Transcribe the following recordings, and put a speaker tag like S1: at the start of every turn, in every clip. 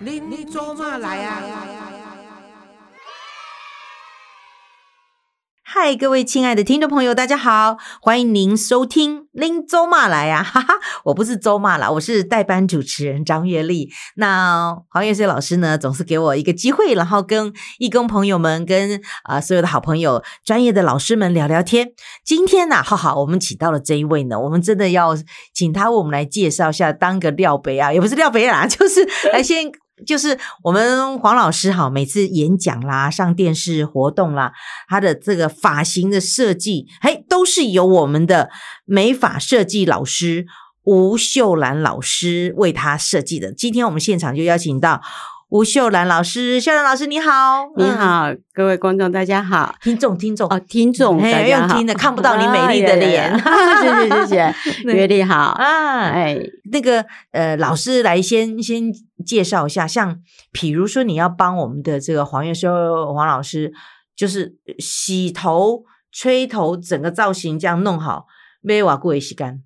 S1: 您您做嘛来啊？
S2: 嗨，各位亲爱的听众朋友，大家好，欢迎您收听《拎周骂来啊》哈哈，我不是周骂啦，我是代班主持人张月丽。那黄月水老师呢，总是给我一个机会，然后跟义工朋友们、跟啊、呃所有的好朋友、专业的老师们聊聊天。今天呢、浩浩，我们请到了这一位呢，我们真的要请他为我们来介绍一下，当个廖北啊，也不是廖北啦， 就是来先。就是我们黄老师哈，每次演讲啦、上电视活动啦，他的这个发型的设计，嘿，都是由我们的美发设计老师吴秀兰老师为他设计的。今天我们现场就邀请到吴秀兰老师，秀兰老师你好，
S3: 你
S2: 嗯，
S3: 好，各位观众，大家好。
S2: 听众听众
S3: 哦，听众，
S2: 嘿
S3: 大家
S2: 哎用
S3: 好。
S2: 听的看不到你美丽的脸，
S3: 啊呀呀呀 谢谢谢谢，月丽好。
S2: 啊，
S3: 哎，
S2: 那个呃，老师来先先介绍一下，像比如说你要帮我们的这个黄月修黄老师，就是洗头、吹头，整个造型这样弄好，没瓦过一洗干，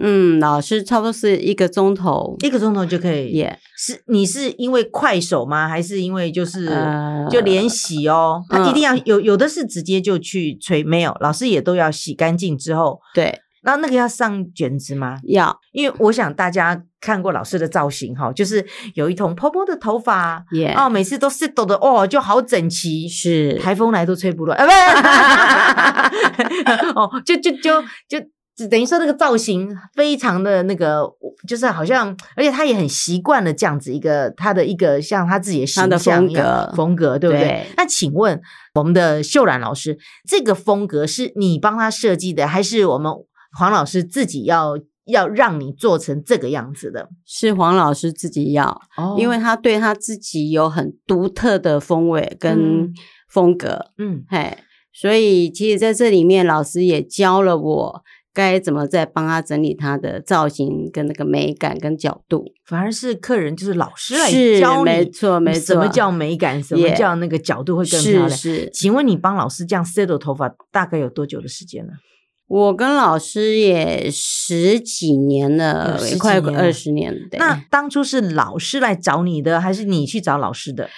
S3: 嗯，老师差不多是一个钟头，
S2: 一个钟头就可以。
S3: 也
S2: 是你是因为快手吗？还是因为就是、
S3: 呃
S2: 就连洗哦？他一定要有有的是直接就去吹，没有老师也都要洗干净之后，
S3: 对，
S2: 那那个要上卷子吗？
S3: 要
S2: 因为我想大家看过老师的造型哈，就是有一头蓬蓬的头发
S3: 也
S2: 哦，每次都 set 的哦，就好整齐。
S3: 是
S2: 台风来都吹不乱，啊不， 哦，就就就就就等于说那个造型非常的那个，就是好像，而且他也很习惯了这样子一个他的一个像他自己的
S3: 他
S2: 形
S3: 的
S2: 象
S3: 风
S2: 一样
S3: 格
S2: 风格，对不对？
S3: 对
S2: 那请问我们的秀兰老师，这个风格是你帮他设计的，还是我们黄老师自己要要让你做成这个样子的？
S3: 是黄老师自己要，
S2: 哦
S3: 因为他对他自己有很独特的风味
S2: 嗯
S3: 跟风格，
S2: 嗯
S3: 嘿，所以其实在这里面，老师也教了我该怎么再帮他整理他的造型跟那个美感跟角度。
S2: 反而是客人就是老师来
S3: 是
S2: 教
S3: 没
S2: 你
S3: 错没
S2: 什么
S3: 错
S2: 叫美感，什么
S3: Yeah
S2: 叫那个角度会更漂
S3: 是
S2: 亮。
S3: 是，
S2: 请问你帮老师这样 settle 头发大概有多久的时间呢？
S3: 我跟老师也十几年了，
S2: 哦有十
S3: 也快
S2: 几年了
S3: 二十年了。对
S2: 那当初是老师来找你的，还是你去找老师的？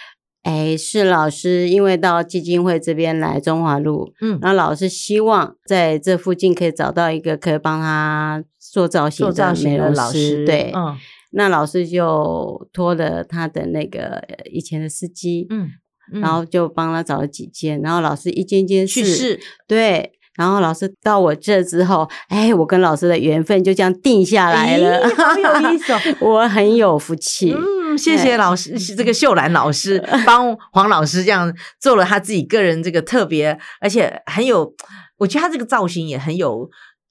S3: 哎，是老师，因为到基金会这边来中华路，
S2: 嗯，
S3: 然后老师希望在这附近可以找到一个可以帮他做造型
S2: 做造
S3: 的
S2: 型
S3: 美
S2: 的
S3: 容
S2: 老师，
S3: 对，
S2: 嗯
S3: 那老师就托了他的那个呃以前的司机，
S2: 嗯，嗯
S3: 然后就帮他找了几间，然后老师一间间
S2: 去试，
S3: 对。然后老师到我这之后，哎，我跟老师的缘分就这样定下来了，
S2: 咦哎好有意思哦。
S3: 我很有福气。
S2: 嗯，谢谢
S3: 哎
S2: 老师，是这个秀兰老 师帮黄老师这样做了他自己个人这个特别，而且很有，我觉得他这个造型也很有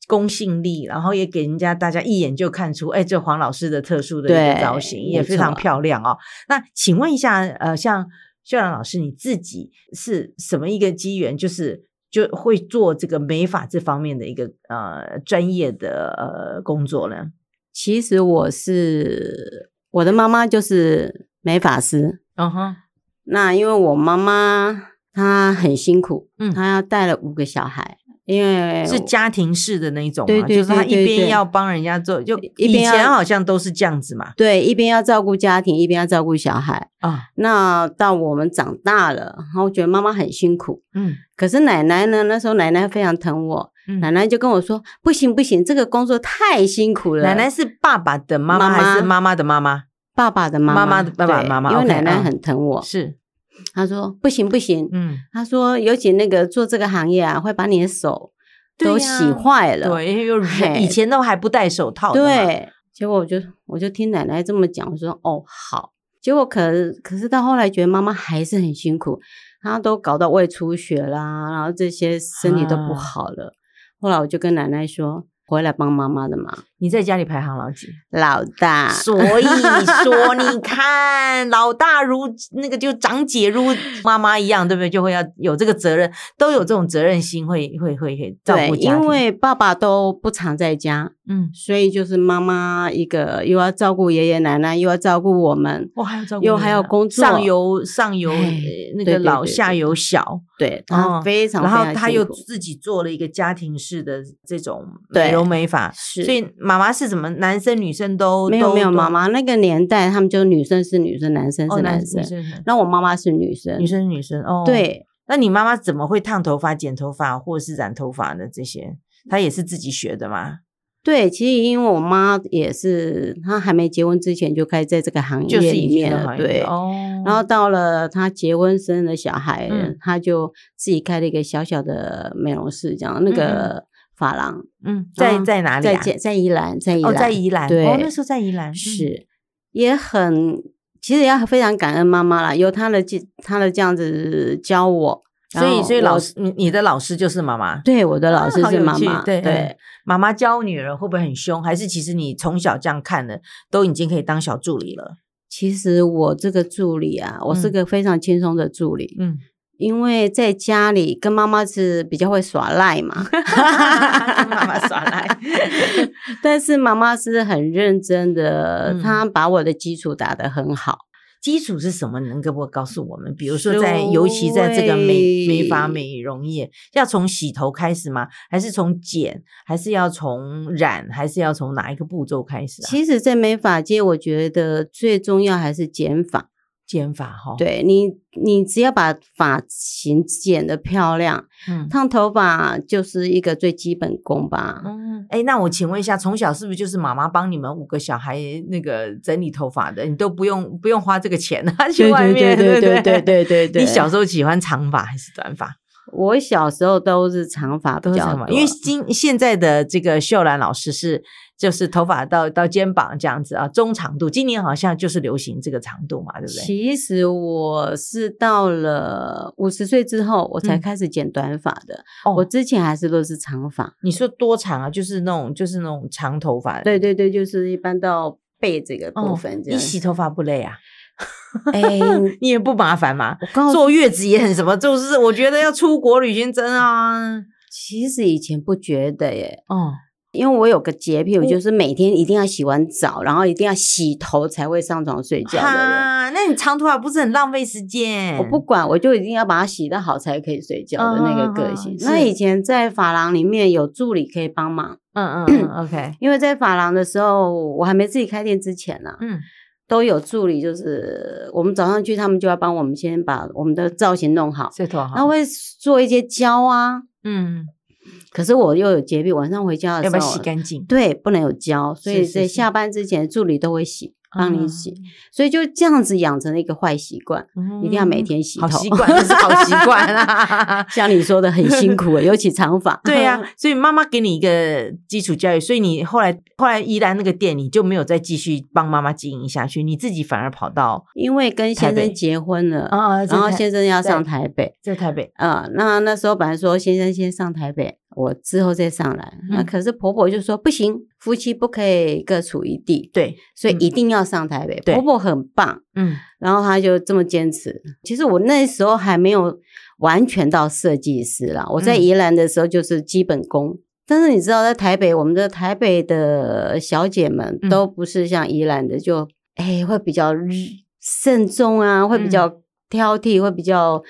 S2: 公信力，然后也给人家大家一眼就看出，哎，这黄老师的特殊的一个
S3: 对
S2: 造型
S3: 没
S2: 也非常
S3: 错
S2: 漂亮哦。那请问一下，呃，像秀兰老师你自己是什么一个机缘，就是？就会做这个美发这方面的一个呃专业的呃工作呢？
S3: 其实我是我的妈妈就是美发师，
S2: 嗯哼，
S3: 那因为我妈妈她很辛苦，
S2: 嗯
S3: 她带了五个小孩，因为
S2: 是
S3: 我
S2: 家庭式的那一种吗？
S3: 对对
S2: 就是他
S3: 对对
S2: 一边
S3: 对
S2: 要帮人家做，就
S3: 一
S2: 以
S3: 边要
S2: 前好像都是这样子嘛。
S3: 对一边要照顾家庭，一边要照顾小孩。
S2: 啊，
S3: 那到我们长大了，然后我觉得妈妈很辛苦，
S2: 嗯
S3: 可是奶奶呢？那时候奶奶非常疼我，
S2: 嗯
S3: 奶奶就跟我说：“不行不行，这个工作太辛苦了。”
S2: 奶奶是爸爸的妈妈
S3: 妈妈
S2: 还是妈妈的妈妈？
S3: 爸爸的妈
S2: 妈妈的爸爸
S3: 对
S2: 妈妈
S3: 因为
S2: OK，
S3: 奶奶
S2: 嗯
S3: 很疼我，
S2: 是，
S3: 她说：“不行不行。
S2: 嗯，
S3: 她说：“尤其那个做这个行业啊，会把你的手都
S2: 对呀
S3: 洗坏了。
S2: 对，因为又
S3: 嘿
S2: 以前都还不戴手套的嘛，
S3: 对，结果我就我就听奶奶这么讲，我说哦好。结果可可是到后来觉得妈妈还是很辛苦，她都搞到胃出血啦，然后这些身体都不
S2: 啊
S3: 好了。后来我就跟奶奶说，回来帮妈妈的忙，
S2: 你在家里排行老几？
S3: 老大。
S2: 所以说，你看，老大如那个就长姐如妈妈一样，对不对？就会要有这个责任，都有这种责任心，会会会会照
S3: 对，
S2: 顾家庭。
S3: 因为爸爸都不常在家，
S2: 嗯，
S3: 所以就是妈妈一个又要照顾爷爷奶奶，又要照顾我们，
S2: 哇，还要照顾
S3: 又
S2: 你
S3: 还
S2: 啊
S3: 要工作
S2: 上游上游
S3: 哎
S2: 呃那
S3: 对
S2: 个
S3: 对
S2: 老
S3: 对
S2: 下
S3: 对
S2: 游小，
S3: 对他
S2: 哦
S3: 非常非
S2: 然
S3: 常辛
S2: 后
S3: 苦、
S2: 他又自己做了一个家庭式的这种
S3: 对
S2: 美容美发，
S3: 是
S2: 所以妈妈是怎么男生女生都
S3: 没有
S2: 都
S3: 没有，
S2: 都
S3: 妈妈那个年代，他们就女生是女生，男生
S2: 哦，
S3: 是
S2: 男
S3: 男
S2: 生
S3: 生
S2: 女。生
S3: 那我妈妈是女生，
S2: 女生是女生哦，。
S3: 对，
S2: 那你妈妈怎么会烫头发、剪头发或是染头发的这些？她也是自己学的吗？
S3: 对，其实因为我妈也是，她还没结婚之前就开始在这个行
S2: 就
S3: 业
S2: 是
S3: 里
S2: 已经
S3: 面
S2: 的
S3: 了，
S2: 行业
S3: 对。
S2: 哦。
S3: 然后到了她结婚生了小孩了，
S2: 嗯
S3: 她就自己开了一个小小的美容室，这样那个发廊
S2: 嗯，在
S3: 啊
S2: 在嗯哪里
S3: 在
S2: 啊？
S3: 在在宜兰，在宜
S2: 哦，
S3: 兰，
S2: 在宜兰，
S3: 对
S2: 哦，那时候在宜兰，嗯
S3: 是也很，其实要非常感恩妈妈啦，有她的这她的这样子教我，
S2: 所
S3: 然
S2: 以
S3: 后
S2: 所以老
S3: 我
S2: 师，你你的老师就是妈妈。
S3: 对我的老师
S2: 好
S3: 是
S2: 有
S3: 妈
S2: 趣
S3: 妈，
S2: 对
S3: 对
S2: 嗯妈妈教女儿会不会很凶？还是其实你从小这样看的，都已经可以当小助理了？
S3: 其实我这个助理啊，我是
S2: 嗯
S3: 个非常轻松的助理，
S2: 嗯，
S3: 因为在家里跟妈妈是比较会耍赖嘛，
S2: 跟妈妈耍赖。
S3: 但是妈妈是很认真的，
S2: 嗯
S3: 她把我的基础打得很好。
S2: 基础是什么？能够不告诉我们？比如说在，尤其在这个
S3: 所
S2: 美
S3: 谓
S2: 美发美容业，要从洗头开始吗？还是从剪？还是要从染？还是要从哪一个步骤开始啊？
S3: 其实，在美发界，我觉得最重要还是剪发。
S2: 剪法哈，，
S3: 对你，你只要把发型剪得漂亮，
S2: 嗯。
S3: 烫头发就是一个最基本功吧。
S2: 嗯，哎，那我请问一下，从小是不是就是妈妈帮你们五个小孩那个整理头发的？你都不用不用花这个钱啊，去外面，对
S3: 对对对对对对。
S2: 你小时
S3: 候，
S2: 候喜欢长发还是短发？
S3: 我小时候都是长发比
S2: 都是
S3: 较
S2: 长
S3: 多，
S2: 发，因为今现在的这个秀兰老师是就是头发到到肩膀这样子啊，中长度。今年好像就是流行这个长度嘛，对不对？
S3: 其实我是到了五十岁之后，我才
S2: 嗯
S3: 开始剪短发的。
S2: 哦
S3: 我之前还是都是长发。
S2: 你说多长啊？就是那种就是那种长头发，
S3: 对对对，就是一般到背这个
S2: 哦
S3: 部分这
S2: 你
S3: 样。
S2: 洗头发不累啊？
S3: 哎、
S2: 你也不麻烦嘛？
S3: 我告诉
S2: 坐月子也很什么？就是我觉得要出国旅行真啊，
S3: 其实以前不觉得耶，
S2: 哦，
S3: 因为我有个洁癖，我就是每天一定要洗完澡，然后一定要洗头才会上床睡觉的人。
S2: 哈，那你长头啊发不是很浪费时间？
S3: 我不管，我就一定要把它洗得好才可以睡觉的那个个性。
S2: 嗯嗯嗯
S3: 那
S2: 是
S3: 以前在发廊里面有助理可以帮忙，
S2: 嗯，嗯嗯 ，OK，
S3: 因为在发廊的时候，我还没自己开店之前呢、
S2: 嗯，
S3: 都有助理，就是我们早上去，他们就要帮我们先把我们的造型弄好，
S2: 这头
S3: 那
S2: 好，
S3: 会做一些胶啊。
S2: 嗯，
S3: 可是我又有洁癖，晚上回家的时
S2: 要
S3: 候
S2: 不要洗干净？
S3: 对，不能有胶，所以
S2: 是是
S3: 在
S2: 是
S3: 下班之前助理都会洗，帮你
S2: 嗯
S3: 洗，所以就这样子养成了一个坏习惯，一定要每
S2: 嗯
S3: 天洗头。。
S2: 好习惯，这是好习惯嗯啊
S3: 像你说的很辛苦、欸，尤其长发。
S2: 对啊呀、所以妈妈给你一个基础教育，所以你后来后来宜兰那个店，你就没有再继续帮妈妈经营下去，你自己反而跑到
S3: 因为跟先
S2: 台北
S3: 生结婚了，
S2: 啊，
S3: 然后先生要
S2: 在
S3: 上台北，
S2: 在台北，
S3: 啊、那那时候本来说先生先上台北，我之后再上来，那
S2: 嗯
S3: 可是婆婆就说不行，夫妻不可以各处一地，
S2: 对，
S3: 所以
S2: 嗯
S3: 一定要上台北。
S2: 对
S3: 婆婆很棒，
S2: 嗯
S3: 然后他就这么坚持。其实我那时候还没有完全到设计师啦，我在
S2: 嗯
S3: 宜兰的时候就是基本功。但是你知道，在台北，我们的台北的小姐们
S2: 嗯
S3: 都不是像宜兰的，就哎会比较慎重啊，会比
S2: 嗯
S3: 较挑剔，会比较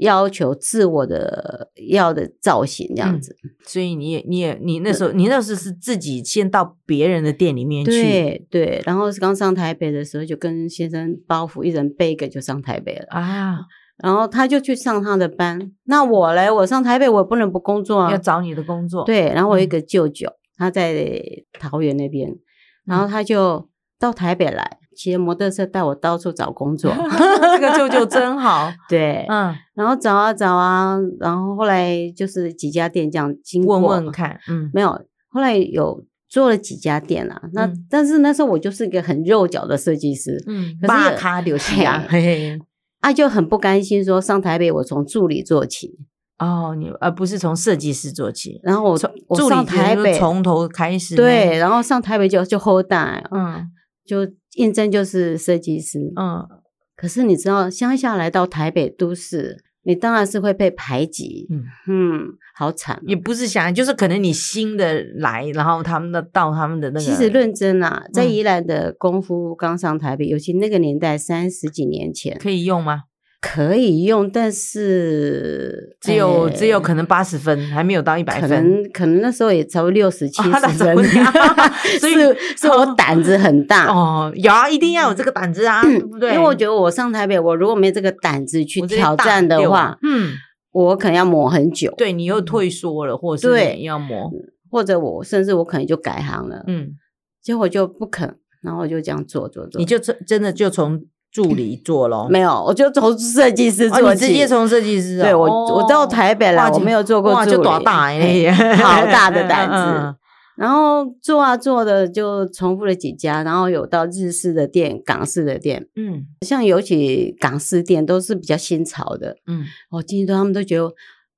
S3: 要求自我的要的造型这样
S2: 嗯
S3: 子。
S2: 所以你也你也你那时候你那时候是自己先到别人的店里面去
S3: 对对，然后刚上台北的时候，就跟先生包袱一人背一个就上台北了。
S2: 啊，
S3: 然后他就去上他的班。那我嘞，我上台北，我不能不工作啊。
S2: 要找你的工作，，
S3: 对，然后我有一
S2: 嗯。
S3: 个舅舅，他在桃园那边，然后他就到台北来，骑着摩托车带我到处找工 作
S2: 这个舅舅真 好，
S3: 对，
S2: 嗯，
S3: 然后找啊找啊，然后后来就是几家店这样经过，
S2: 问问看，嗯
S3: 没有，后来有做了几家店啊。那、
S2: 嗯
S3: 但是那时候我就是一个很肉脚的设计师，
S2: 嗯，
S3: 可是
S2: 巴卡流西亚，
S3: 嘿
S2: 嘿嘿。
S3: 啊就很不甘心说上台北我从助理做起，
S2: 哦，你而不是从设计师做起，
S3: 然后我
S2: 从
S3: 我
S2: 助理
S3: 上台
S2: 就是
S3: 北
S2: 从头开始呢，
S3: 对，然后上台北就就 hold 大，
S2: 嗯
S3: 就应征就是设计师。
S2: 嗯
S3: 可是你知道，乡下来到台北都市，你当然是会被排挤。
S2: 嗯
S3: 嗯好惨哦。
S2: 也不是想，就是可能你新的来，然后他们的到他们的那个，
S3: 其实论真啊，在
S2: 嗯
S3: 宜兰的功夫刚上台北，尤其那个年代三十几年前，
S2: 可以用吗？
S3: 可以用，但是
S2: 只有、
S3: 呃
S2: 只有可能八十分，还没有到一百
S3: 可
S2: 分。
S3: 能可能那时候也才会六十七
S2: 啊那
S3: 十
S2: 怎么
S3: 分，
S2: 样所以
S3: 是是我胆子很大。
S2: 哦，有啊，一定要有这个胆子啊，对不对？
S3: 嗯因为我觉得我上台北，我如果没这个胆子去
S2: 我这边
S3: 挑
S2: 大
S3: 战的
S2: 六
S3: 话
S2: 啊，嗯，
S3: 我可能要磨很久，
S2: 对你又退缩了，或者是
S3: 对
S2: 你要磨，
S3: 或者我甚至我可能就改行了，
S2: 嗯，
S3: 结果就不肯，然后我就这样做做做，
S4: 你就真真的就从助理做咯。
S3: 没有，我就从设计师
S2: 啊，
S3: 做
S2: 你
S3: 起，
S2: 直接从设计师啊，
S3: 对我、我到
S2: 哦
S3: 台北来，
S2: 哇
S3: 我
S2: 就
S3: 没有做过
S2: 哇，
S3: 助
S2: 就
S3: 理
S2: 大大
S3: 嘿
S2: 哎，
S3: 好大的胆子。
S2: 嗯
S3: 然后做啊做的就重复了几家，然后有到日式的店、港式的店，
S2: 嗯
S3: 像尤其港式店都是比较新潮的，
S2: 嗯，
S3: 我进去都他们都觉得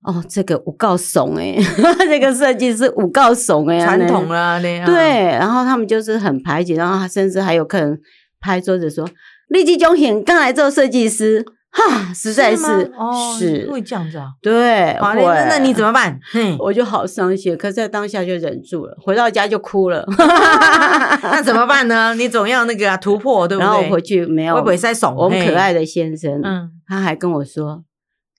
S3: 哦，这个我告怂哎， 这个设计师我告怂哎，
S2: 嗯
S3: 这
S2: 传
S3: 样
S2: 统嗯啦，那样，
S3: 对，然后他们就是很排挤，然后甚至还有客人拍桌子说：“立即中显刚来做设计师，哈，实在
S2: 吗
S3: 是
S2: 哦
S3: 是
S2: 会这样子啊。
S3: 对，
S2: 好嘞，那那你怎
S3: 么？
S2: 么办？ 嘿，
S3: 我就好伤心，可是在当下就忍住了，回到家就哭了。
S2: 那怎么办呢？你总要那个啊突破，对不对？
S3: 然后我回去没有，
S2: 会不会再怂？
S3: 我们可
S2: 嘿
S3: 爱的先生，
S2: 嗯，
S3: 他还跟我说：“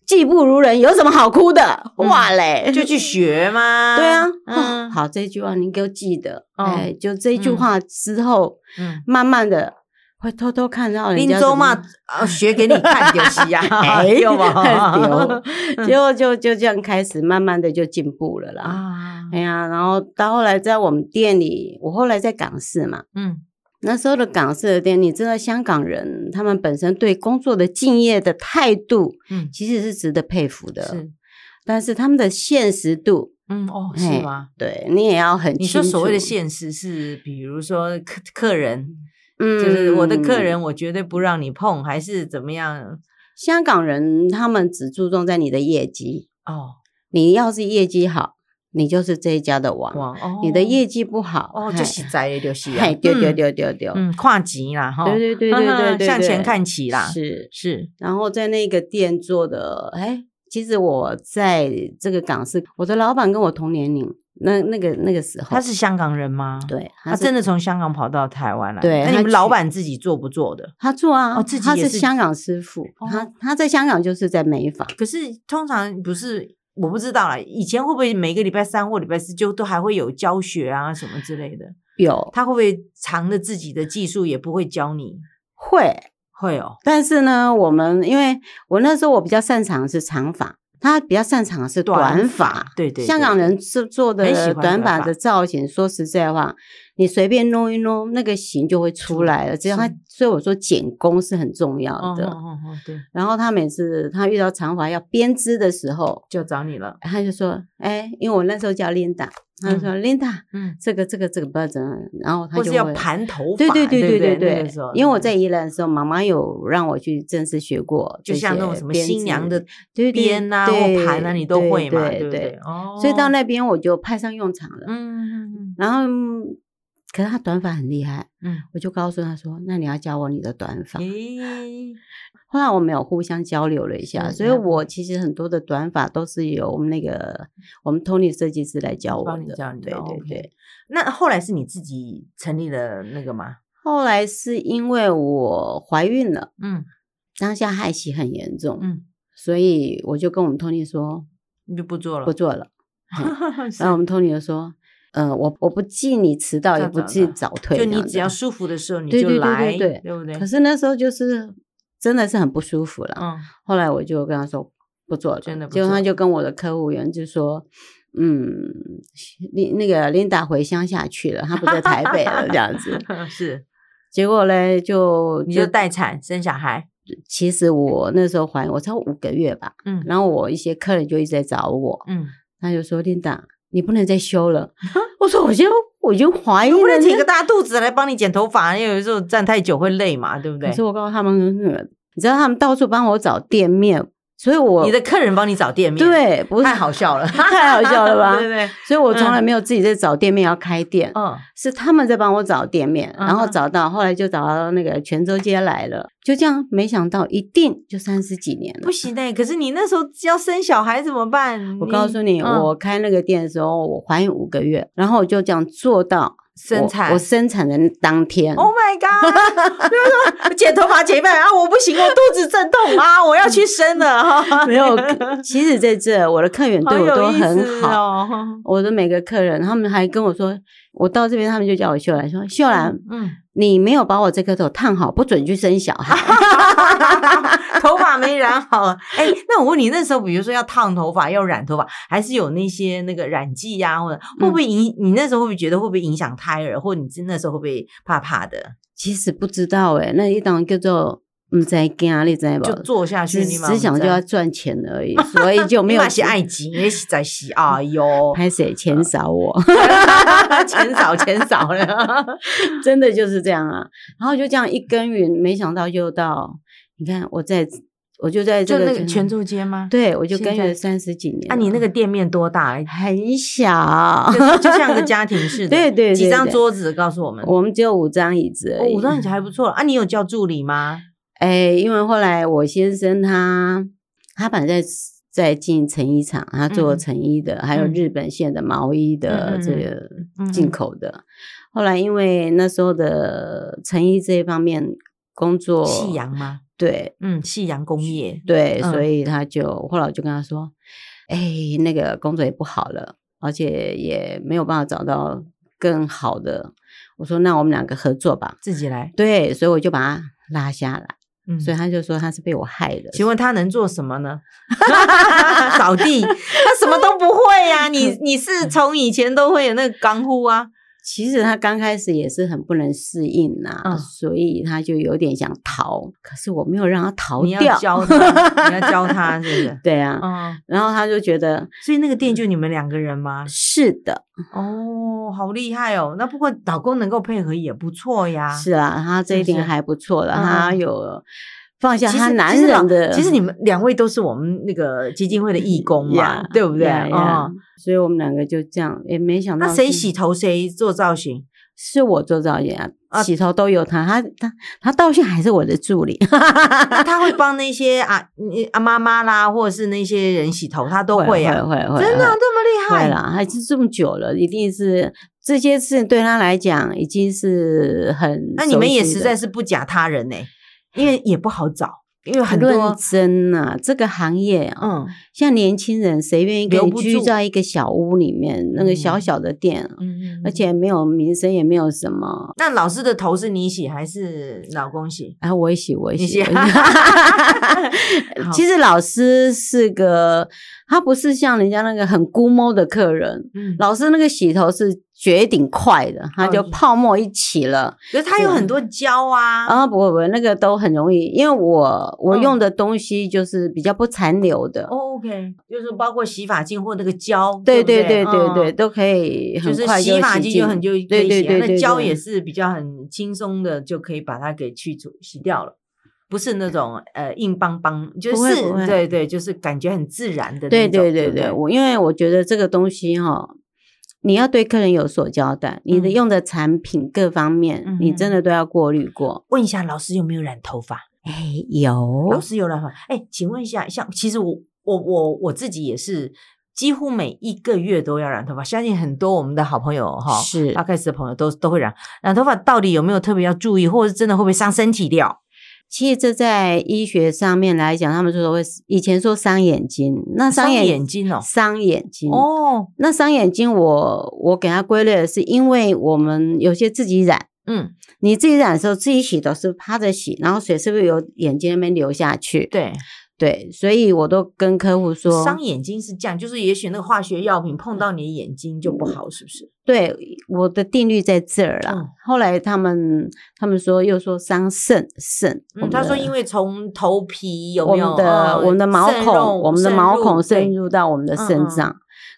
S3: 技不如人，有什么好哭的？哇嘞，
S2: 嗯 就去学嘛。
S3: 对啊，哦
S2: 嗯
S3: 好，这句话你给我记得，
S2: 哦
S3: 哎，就这一句
S2: 嗯
S3: 话之后，
S2: 嗯，
S3: 慢慢的会偷偷看到人
S4: 林
S3: 家
S4: 州
S3: 怎么
S4: 嘛，啊，学给你看就是呀，
S2: 哎
S4: 对吧？
S3: 丢，结果就就这样开始，慢慢的就进步了啦。
S2: 嗯啊，
S3: 哎呀，然后到后来在我们店里，我后来在港式嘛，
S2: 嗯
S3: 那时候的港式的店，你知道香港人他们本身对工作的敬业的态度，
S2: 嗯，
S3: 其实是值得佩服的，
S2: 是，
S3: 但是他们的现实度，
S2: 嗯哦，
S3: 嘿
S2: 是吗？
S3: 对你也要很
S2: 你说所谓的现
S3: 清
S2: 实是，比如说客客人，
S3: 楚，嗯
S2: 就是我的客人，我绝对不让你碰，还是怎么样？
S3: 香港人他们只注重在你的业绩，
S2: 哦，
S3: 你要是业绩好，你就是这一家的王；
S2: 哇，哦，
S3: 你的业哎绩不好，
S2: 哦，
S3: 嘿
S2: 就是在的就是啊
S3: 嘿，，丢丢
S2: 嗯，
S3: 丢丢丢，
S2: 嗯，跨级啦，哈，
S3: 对对对对对对，
S2: 向前
S3: 对
S2: 看齐啦，
S3: 是。
S2: 是，
S3: 然后在那个店做的，哎，其实我在这个港式，我的老板跟我同年龄，那那个那个时候，
S2: 他是香港人吗？。
S3: 对，
S2: 他
S3: 是
S2: 真的从香港跑到台湾来，
S3: 对
S2: 那
S3: 他
S2: 你们
S3: 去
S2: 老板自己做不做的？
S3: 他做啊，
S2: 哦自己
S3: 他
S2: 也
S3: 是
S2: 是
S3: 香港师傅，
S2: 哦
S3: 他他在香港就是在美发，
S2: 可是通常不是，我不知道啦。以前会不会每个礼拜三或礼拜四就都还会有教学啊什么之类的？
S3: 有
S2: 他会不会藏着自己的技术也不会教你？
S3: 会，
S2: 会哦，
S3: 但是呢，我们因为我那时候我比较擅长的是长发，他比较擅长的是短
S2: 短
S3: 发。
S2: 对对
S3: 香港人是做
S2: 很喜
S3: 的
S2: 欢
S3: 短
S2: 短
S3: 发
S2: 发
S3: 的造型，说实在话，你随便弄一弄，那个型就会出来了。只要他
S2: 是，
S3: 所以我说剪工是很重要
S2: 哦
S3: 的。
S2: 哦哦，对，
S3: 然后他每次他遇到长发要编织的时候，
S2: 就找你了。
S3: 他就说：“哎，因为我那时候叫 Linda，他就说、Linda，
S2: 嗯，
S3: 这个这个这个不知道怎么样。”然后他
S2: 或
S3: 就是
S2: 要
S3: 会
S2: 盘头发，
S3: 对
S2: 对
S3: 对对
S2: 不
S3: 对
S2: 对
S3: 对
S2: 那个时候，嗯
S3: 因为我在宜兰的时候，妈妈有让我去正式学过这
S2: 就
S3: 些编
S2: 像
S3: 织，
S2: 那种什么新娘的
S3: 对对
S2: 编啊或
S3: 对
S2: 盘啊，你都会嘛，
S3: 对
S2: 不对
S3: 对？
S2: 哦，
S3: 所以到那边我就派上用场了。
S2: 嗯，嗯嗯
S3: 然后，嗯可是他短发很厉害，
S2: 嗯，
S3: 我就告诉他说：“那你要教我你的短发。
S2: 咦，”
S3: 后来我们有互相交流了一下，
S2: 是
S3: 所以
S2: 那不
S3: 我其实很多的短发都是由我们那个我们 Tony 设计师来教我
S2: 嗯帮你
S3: 的，
S2: 教你的
S3: 对对
S2: ，OK
S3: 对。
S2: 那后来是你自己成立了那个吗？
S3: 后来是因为我怀孕了，
S2: 嗯
S3: 当下害喜很严重，
S2: 嗯，
S3: 所以我就跟我们 Tony 说
S2: 你就不做了，
S3: 不做嗯了。
S2: 嗯是
S3: 然后我们 Tony 就说，呃，我我不记你迟到，也
S2: 早
S3: 不
S2: 早
S3: 记
S2: 的
S3: 早退，
S2: 就
S3: 这
S2: 你
S3: 样
S2: 只要
S3: 子
S2: 舒服的时候你
S3: 对
S2: 就
S3: 对对
S2: 来，
S3: 对对
S2: 不对？
S3: 可是那时候就是真的是很不舒服了。
S2: 嗯，
S3: 后来我就跟他说不做了，
S2: 真的不
S3: 结果
S2: 做
S3: 他
S2: 了
S3: 就跟我的客户员就说。嗯，林那个琳达回乡下去了，她不在台北了，这样 子。
S2: 是，
S3: 结果嘞，就
S2: 你就待产生小孩，
S3: 其实我那时候怀我才五个月吧，
S2: 嗯
S3: 然后我一些客人就一直在找我，
S2: 嗯，
S3: 他就说：“琳达，你不能再休了。”我说：“我就我就怀孕
S2: 不
S3: 了
S2: 能挺
S3: 那
S2: 个大肚子来帮你剪头发，因为有时候站太久会累嘛，对不对
S3: 可是？我告诉他们，嗯你知道他们到处帮我找店面，所以我
S2: 你的客人帮你找店面，，
S3: 对不是
S2: 太好笑了， 嗯
S3: 太好笑了 吧
S2: 对对对，
S3: 所以我从来没有自己在找店面要开店，
S2: 嗯，
S3: 是他们在帮我找店面，然后
S2: 嗯哼
S3: 找到后来就找到那个泉州街来了，就这样，没想到一定就三十几年了
S2: 不。行哎、可是你那时候要生小孩怎么办？
S3: 我告诉你，
S2: 嗯
S3: 我开那个店的时候，我怀孕五个月，然后我就这样做到
S2: 生
S3: 我，
S2: 产
S3: 我生产的当天，
S2: Oh my god！就是 说剪头发剪一半啊，我不行，我肚子阵痛 啊，我要去生了。
S3: 没有。其实在这，我的客源 对
S2: 好
S3: 我
S2: 有
S3: 都
S2: 意
S3: 很
S2: 思
S3: 好，
S2: 哦。
S3: 我的每个客人，他们还跟我说，我到这边，他们就叫我秀兰，说秀兰，
S2: 嗯，
S3: 你没有把我这颗头烫好，不准去生小孩。
S2: 头发没染好。哎、那我问你，那时候比如说要烫头发、要染头发，还是有那些那个染剂呀、或者会不会影？你那时候会不会觉得会不会影响胎儿，或者你真那时候会不会怕怕的？
S3: 其实不知道诶、那一档叫做唔知惊，你知道
S2: 就
S3: 不？
S2: 做下去，
S3: 只
S2: 你嘛
S3: 只想就要赚钱 而已，所以就没
S2: 没
S3: 有
S2: 有洗爱情，也是在洗。哎呦，
S3: 拍谁钱少我，
S2: 钱少钱少了。
S3: 真的就是这样啊。然后就这样一耕耘，没想到又到，你看我在，我 就在这
S2: 就
S3: 个
S2: 那个泉
S3: 州，
S2: 州街吗？。
S3: 对我就
S2: 现
S3: 耕
S2: 在
S3: 耘三十几年了。
S2: 啊，你那个店面多大？
S3: 很小，
S2: 就就像个家庭似的，
S3: 对对对
S2: 几张
S3: 对
S2: 桌子告诉我们。
S3: 我们只有五张椅子而
S2: 哦
S3: 已。
S2: 五张椅子还不错啊，你有叫助理吗？
S3: 哎，因为后来我先生他他本来在在进成衣厂，他做
S2: 嗯
S3: 成衣的，还有
S2: 嗯
S3: 日本线的毛衣的、
S2: 嗯嗯
S3: 这
S2: 嗯
S3: 个进口的。后来因为那时候的成衣这一方面工作，
S2: 夕阳吗？
S3: 对
S2: 嗯，夕阳工业。
S3: 对，
S2: 嗯
S3: 所以他就后来我就跟他说，哎，那个工作也不好了，而且也没有办法找到更好的。我说那我们两个合作吧，
S2: 自己来，
S3: 对，所以我就把他拉下来。
S2: 嗯，
S3: 所以他就说他是被我害的。
S2: 请问他能做什么 呢？扫地，他什么都不会呀、 你你是从以前都会有那个钢呼啊，
S3: 其实他刚开始也是很不能适应呐、
S2: 嗯
S3: 所以他就有点想逃，可是我没有让他逃
S2: 你
S3: 掉？
S2: 要。教他，你要教他，是不是
S3: 对啊，
S2: 嗯，
S3: 然后他就觉得
S2: 所以那个店就你们两个人吗？
S3: 嗯是的，
S2: 哦，好厉害哦！那不过老公能够配合也不错呀。
S3: 是啊，他这一
S2: 是
S3: 点
S2: 不是
S3: 还不错了，
S2: 嗯嗯
S3: 他有放下
S2: 其
S3: 啊他
S2: 实
S3: 男
S2: 其实老
S3: 人的，
S2: 其实你们两位都是我们那个基金会的义工嘛
S3: 呀
S2: 对不对？
S3: 呀呀
S2: 哦，
S3: 所以我们两个就这样，也没想到
S2: 那谁
S3: 是
S2: 洗头谁做造 型？
S3: 是我做造型
S2: 啊
S3: 啊，洗头都有他，他他他到现在还是我的 助理，
S2: 那他会帮那些啊你啊妈妈啦，或者是那些人洗头，他都
S3: 会
S2: 啊。
S3: 会会，
S2: 真的
S3: 会
S2: 啊这么厉
S3: 会
S2: 害？
S3: 啦，还是这么久了，一定是这些事对他来讲已经是很
S2: 那你们也
S3: 熟悉
S2: 实
S3: 的
S2: 在是不假他人呢、因为也不好找，因为很
S3: 认
S2: 多
S3: 真呐、这个行业啊，
S2: 嗯
S3: 像年轻人谁愿意跟
S2: 留
S3: 你
S2: 不
S3: 居
S2: 住
S3: 在一个小屋里面，那个小
S2: 嗯
S3: 小的店，啊
S2: 嗯
S3: 而且没有名声，也没有什么。
S2: 那老师的头是你洗还是老公洗？
S3: 啊，我也洗，我也
S2: 你
S3: 洗。
S2: 洗
S3: 我也
S2: 好
S3: 呃其实老师是个，他不是像人家那个很估摸的客人。
S2: 嗯，
S3: 老师那个洗头是绝顶快的，他
S2: 哦
S3: 就
S2: 也
S3: 泡沫一起了，
S2: 可是他有
S3: 对
S2: 很多胶啊。
S3: 啊，不会不会，那个都很容易，因为我我
S2: 嗯
S3: 用的东西就是比较不残留的，
S2: 哦 OK，就是包括洗发精或那个胶，
S3: 对
S2: 对
S3: 对
S2: 不
S3: 对对对，
S2: 嗯
S3: 都可以
S2: 就
S3: 很
S2: 是
S3: 快
S2: 洗发精
S3: 净
S2: 就很就可以
S3: 对对
S2: 洗啊
S3: 对
S2: 那
S3: 对，
S2: 胶
S3: 对嗯
S2: 也是比较很轻松的就可以把它给去除洗掉了。不是那种呃硬邦邦，就
S3: 不会
S2: 是
S3: 不会
S2: 对对，就是感觉很自然的那
S3: 对
S2: 种。
S3: 对
S2: 对
S3: 对
S2: 不
S3: 对，我因为我觉得这个东西哈。你要对客人有所交代，你的
S2: 嗯
S3: 用的产品各方面，你真的都要过滤过。
S2: 问一下老师有没有染头发？
S3: 哎，有
S2: 老师有染头发。哎，请问一下，像其实我我我我自己也是几乎每一个月都要染头发，相信很多我们的好朋友哈，
S3: 是
S2: 大概是的朋友都都会染染头发，到底有没有特别要注意，或者是真的会不会伤身体掉？
S3: 其实这在医学上面来讲，他们说会以前说伤眼睛，那伤
S2: 伤
S3: 眼
S2: 眼睛哦
S3: 伤眼睛
S2: 哦，
S3: 那伤眼睛我，我给它归类的是，因为我们有些自己染，
S2: 嗯，
S3: 你自己染的时候，自己洗都是趴着洗，然后水是不是由眼睛那边流下去？
S2: 对，
S3: 对，所以我都跟客户说，
S2: 伤眼睛是这样，就是也许那个化学药品
S3: 嗯
S2: 碰到你的眼睛就不好，是不是？
S3: 对我的定律在这儿啦。
S2: 嗯
S3: 后来他们他们说又说伤肾肾，
S2: 嗯，
S3: 我们
S2: 他
S3: 的
S2: 说因为从头皮有
S3: 我
S2: 没有啊哦
S3: 们的我们的毛孔，我们的毛孔渗
S2: 渗
S3: 入到我们的肾
S2: 嗯嗯
S3: 脏。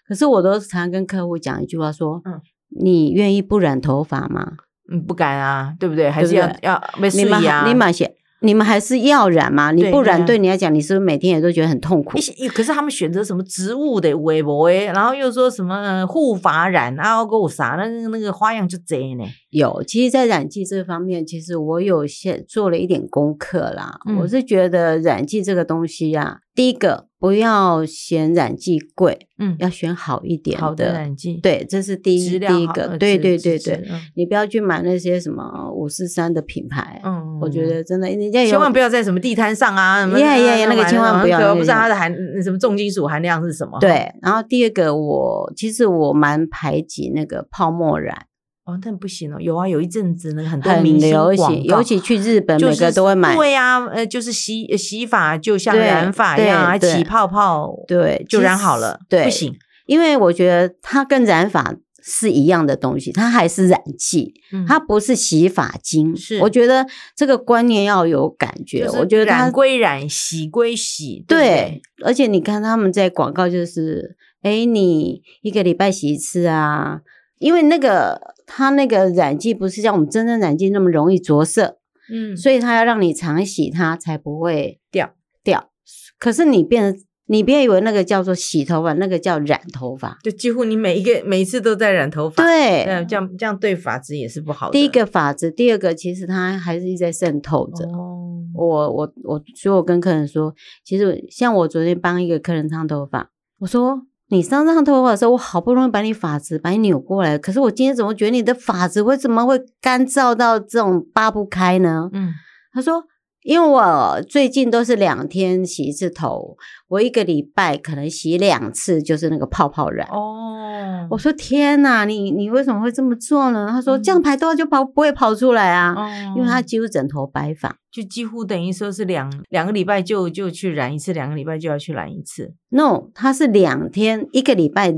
S3: 可是我都常跟客户讲一句话说，
S2: 嗯
S3: 你愿意不染头发吗？
S2: 嗯，不敢啊，对不对？还是
S3: 对
S2: 要
S3: 不对
S2: 要没
S3: 你
S2: 事
S3: 们
S2: 呀
S3: 还，你们写，你们还是要染嘛？你
S2: 对
S3: 不染，
S2: 对啊
S3: 对你来讲，你是不是每天也都觉得很痛苦
S2: 一？些可是他们选择什么植物的微博诶，然后又说什么呃护发染啊，给我啥那个那个花样就贼呢。
S3: 有，其实，在染剂这方面，其实我有些做了一点功课啦。
S2: 嗯
S3: 我是觉得染剂这个东西啊，第一个不要嫌染剂贵，
S2: 嗯
S3: 要选好一点
S2: 好的染剂，，
S3: 对，这是第
S2: 质
S3: 一
S2: 量
S3: 第一
S2: 好
S3: 个，
S2: 呃
S3: 对
S2: 质
S3: 对对
S2: 质
S3: 对，
S2: 质嗯
S3: 你不要去买那些什么五四三的品牌，
S2: 嗯
S3: 我觉。得真的人家有
S2: 千万不要在什么地摊上啊！什么
S3: Yeah, yeah, yeah，
S2: 买
S3: 那个千万不要
S2: 可
S3: 那个
S2: 不知
S3: 千
S2: 道它
S3: 万
S2: 的含什么重金属含量是什么。，
S3: 对。然后第二个我，其实我蛮排挤那个泡沫染，
S2: 哦，但不行哦，有啊，有一阵子那个很多
S3: 很
S2: 明星
S3: 流
S2: 广
S3: 行，
S2: 告
S3: 尤其去日本，
S2: 就
S3: 每个
S2: 是
S3: 都会买。
S2: 对呀，呃，就是洗呃洗发就像
S3: 对
S2: 染发一
S3: 对
S2: 样，还
S3: 对
S2: 起泡泡，
S3: 对
S2: 就
S3: 其
S2: 染
S3: 实
S2: 好了。
S3: 对
S2: 不行，
S3: 因为我觉得它跟染发是一样的东西，它还是染剂，
S2: 嗯
S3: 它不是洗发精。
S2: 是
S3: 我觉得这个观念要有感觉。
S2: 就是
S3: 我觉得它
S2: 染归染，洗归洗，不
S3: 对，而且你看他们在广告就是，哎，你一个礼拜洗一次啊，因为那个它那个染剂不是像我们真正染剂那么容易着色，
S2: 对，嗯，
S3: 所以它要让你常洗它才不会
S2: 掉
S3: 掉。可是你变成你别以为那个叫做洗头发，那个叫染头发。
S2: 就几乎你每一个每一次都在染头发，
S3: 对，
S2: 那这样这样对发质也是不好的。
S3: 第一个法则，第二个其实它还是一直在渗透着。
S2: 哦，
S3: 我我我，所以我跟客人说，其实像我昨天帮一个客人烫头发，我说你上烫头发的时候，我好不容易把你发质把你扭过来，可是我今天怎么觉得你的发质为什么会干燥到这种扒不开呢？
S2: 嗯，
S3: 他说。因为我最近都是两天洗一次头，我一个礼拜可能洗两次，就是那个泡泡染。
S2: 哦
S3: 我说天哪，你你为什么会这么做呢？他
S2: 嗯
S3: 说这样排痘就跑不会跑出来啊，
S2: 哦
S3: 因为他几乎整头白发。
S2: 就几乎等于说是两两个礼拜就就去染一次，两个礼拜就要去染一次。
S3: No，他是两天一个礼拜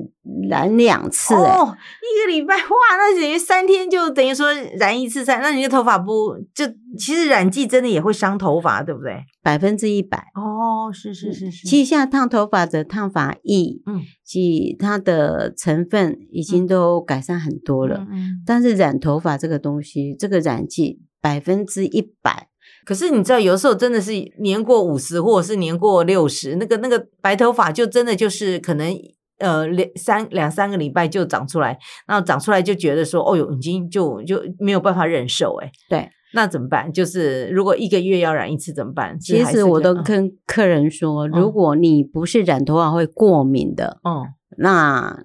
S3: 染两次、欸，
S2: 哦，一个礼拜哇，那等于三天就等于说染一次三，那你的头发不就其实染剂真的也会伤头发，对不对？
S3: 百分之一百。
S2: 哦，是是是是，
S3: 其实现在烫头发的烫发液，
S2: 嗯
S3: 及它的成分已经都改善很多了。
S2: 嗯嗯
S3: 但是染头发这个东西，这个染剂百分之一百，
S2: 可是你知道，有时候真的是年过五十，或者是年过六十，那个那个白头发就真的就是可能呃两三两三个礼拜就长出来，然后长出来就觉得说，哦哟，已经就就没有办法忍受哎、
S3: 对，
S2: 那怎么办？就是如果一个月要染一次怎么办？是
S3: 其
S2: 还是
S3: 实我都
S2: 可以
S3: 跟客人说，
S2: 嗯
S3: 如果你不是染头发会过敏的，
S2: 嗯
S3: 那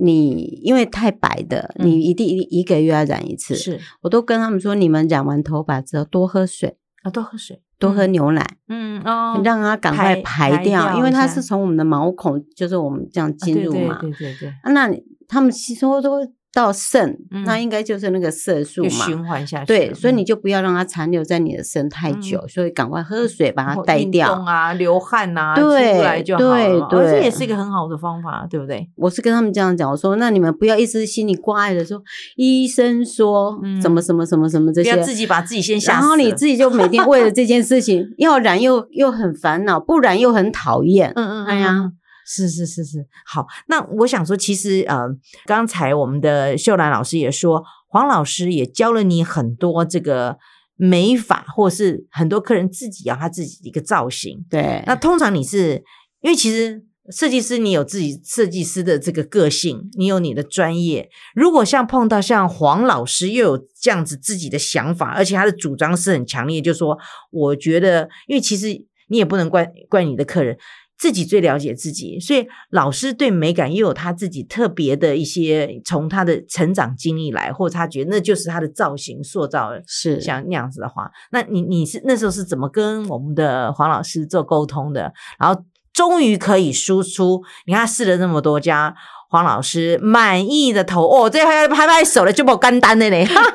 S3: 你因为太白的，
S2: 嗯
S3: 你一定一个月要染一次。
S2: 嗯是
S3: 我都跟他们说，你们染完头发之后多喝水，
S2: 啊，多喝水，
S3: 多喝牛奶，
S2: 嗯哦，
S3: 让它赶快
S2: 排
S3: 排
S2: 排
S3: 掉，
S2: 掉
S3: 因为
S2: 一
S3: 它
S2: 下
S3: 是从我们的毛孔，就是我们这样
S2: 啊
S3: 进入嘛。
S2: 对对对对
S3: 啊那你他们吸收都会到肾，
S2: 嗯
S3: 那应该就是那个色素
S2: 对，就
S3: 嘛。
S2: 循环下去了。
S3: 对，所以你
S2: 嗯
S3: 就不要让它残留在你的肾太久，所以赶快喝水把
S2: 然
S3: 它
S2: 后
S3: 带
S2: 嗯运
S3: 掉。
S2: 动啊，流汗啊，
S3: 对
S2: 出来就好
S3: 对
S2: 了嘛。哦这
S3: 对
S2: 也是一个很好的方法，对不对？
S3: 我是跟他们这样讲，我说那你们不要一直心里挂碍的说，医生说
S2: 嗯
S3: 什么什么什么什么这
S2: 不
S3: 些，
S2: 要自己把自己先吓死了。
S3: 然后你自己就每天为了这件 事情，要然又又很烦恼，不然又很讨厌。
S2: 嗯嗯，
S3: 哎呀，
S2: 是是是是，好。那我想说，其实呃，刚才我们的秀兰老师也说，黄老师也教了你很多这个美发，或是很多客人自己要他自己的一个造型。
S3: 对，
S2: 那通常你是因为其实。设计师，你有自己设计师的这个个性，你有你的专业。如果像碰到像黄老师又有这样子自己的想法，而且他的主张是很强烈，就说我觉得，因为其实你也不能怪怪你的客人，自己最了解自己，所以老师对美感又有他自己特别的一些，从他的成长经历来，或者他觉得那就是他的造型塑造了。
S3: 是
S2: 像那样子的话，那你你是那时候是怎么跟我们的黄老师做沟通的？然后终于可以输出，你看他试了那么多家，黄老师满意的头哦，这还拍拍手了，就不干单的嘞。
S3: 谢谢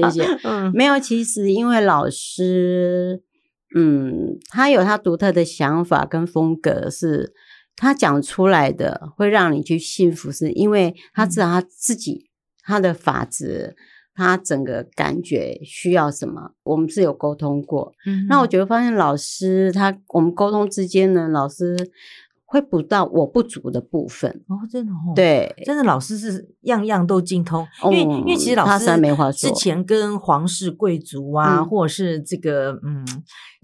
S3: 谢谢。
S2: 嗯
S3: 没有，其实因为老师，嗯，他有他独特的想法跟风格是，他讲出来的会让你去信服，是因为他知道他自己、他的法则。他整个感觉需要什么，我们是有沟通过。那
S2: 嗯
S3: 我觉得发现老师他我们沟通之间呢，老师会补到我不足的部分。
S2: 哦，真的哦，。
S3: 对，
S2: 真的，老师是样样都精通，因为、因为其实
S3: 嗯他
S2: 老
S3: 实在
S2: 师
S3: 没话
S2: 之
S3: 说
S2: 前跟皇室贵族啊，
S3: 嗯
S2: 或者是这个嗯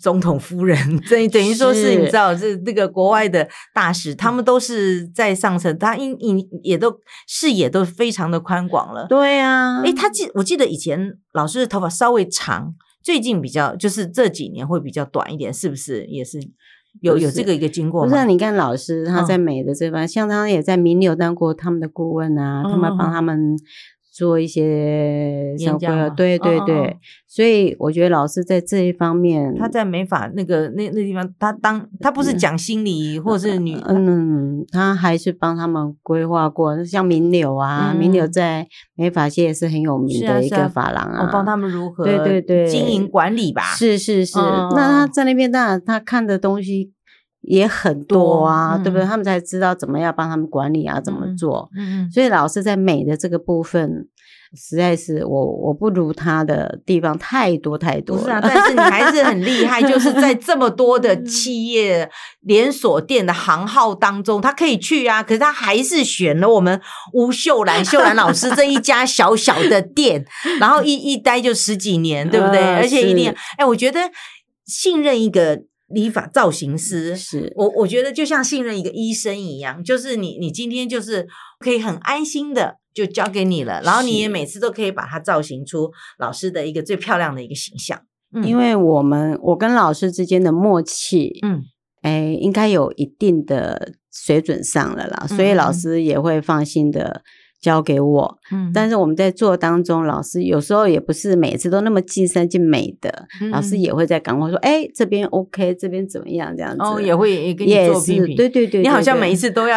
S2: 总统夫人，等等于说是
S3: 是嗯
S2: 你知道这那个国外的大使，他们都是在上层，他因因也都视野都非常的宽广了。
S3: 对呀、
S2: 诶，他记我记得以前老师的头发稍微长，最近比较就是这几年会比较短一点，是不是？也是有
S3: 不
S2: 有
S3: 是
S2: 这个一个经过
S3: 不
S2: 吗？
S3: 是啊，你看老师他
S2: 嗯
S3: 在美的这方，像他也在名流当过他们的顾问啊，他们
S2: 嗯嗯
S3: 帮
S2: 嗯
S3: 他们做一些
S2: 演
S3: 什么
S2: 讲
S3: 规划
S2: 嘛
S3: 对
S2: 嗯
S3: 对
S2: 嗯
S3: 对
S2: 嗯，
S3: 所以我觉得老师在这一方面，
S2: 他在美法那个那那地方，他当他不是讲心理或者是女，
S3: 嗯，他还是帮他们规划过，像名流啊，名流
S2: 嗯
S3: 在美发界也是很有名
S2: 是啊
S3: 的一
S2: 是啊
S3: 个发廊
S2: 我
S3: 啊，
S2: 帮他们如何
S3: 对对对
S2: 经营管理吧，
S3: 是是是，
S2: 嗯
S3: 那他在那边当然他看的东西也很多啊，
S2: 多
S3: 对不对？
S2: 嗯
S3: 他们才知道怎么样帮他们管理啊，怎么
S2: 嗯
S3: 做。
S2: 嗯嗯
S3: 所以老师在美的这个部分，实在是我我不如他的地方太多太多
S2: 不是啊，
S3: 了。
S2: 但是你还是很厉害， 就是在这么多的
S3: 嗯
S2: 企业连锁店的行号当中，他可以去啊，可是他还是选了我们吴秀兰、秀兰老师这一家小小的店，然后一一待就十几年，对不对？
S3: 呃
S2: 而且一定要
S3: 是，
S2: 哎，我觉得信任一个理发造型师
S3: 是
S2: 我我觉得就像信任一个医生一样，就是你你今天就是可以很安心的就交给你了，然后你也
S3: 是
S2: 每次都可以把它造型出老师的一个最漂亮的一个形象。嗯
S3: 因为我们我跟老师之间的默契，
S2: 嗯，
S3: 哎，应该有一定的水准上了啦，所以
S2: 嗯
S3: 老
S2: 嗯
S3: 师也会放心的交给我。
S2: 嗯
S3: 但是我们在做当中，老师有时候也不是每次都那么尽善尽美的，
S2: 嗯
S3: 老师也会在赶快说，哎，这边 OK，这边怎么样这样子。
S2: 哦也会给你
S3: 也
S2: 做
S3: 是
S2: 批评，
S3: 对对对，
S2: 你好
S3: 对
S2: 像
S3: 对
S2: 每一次都要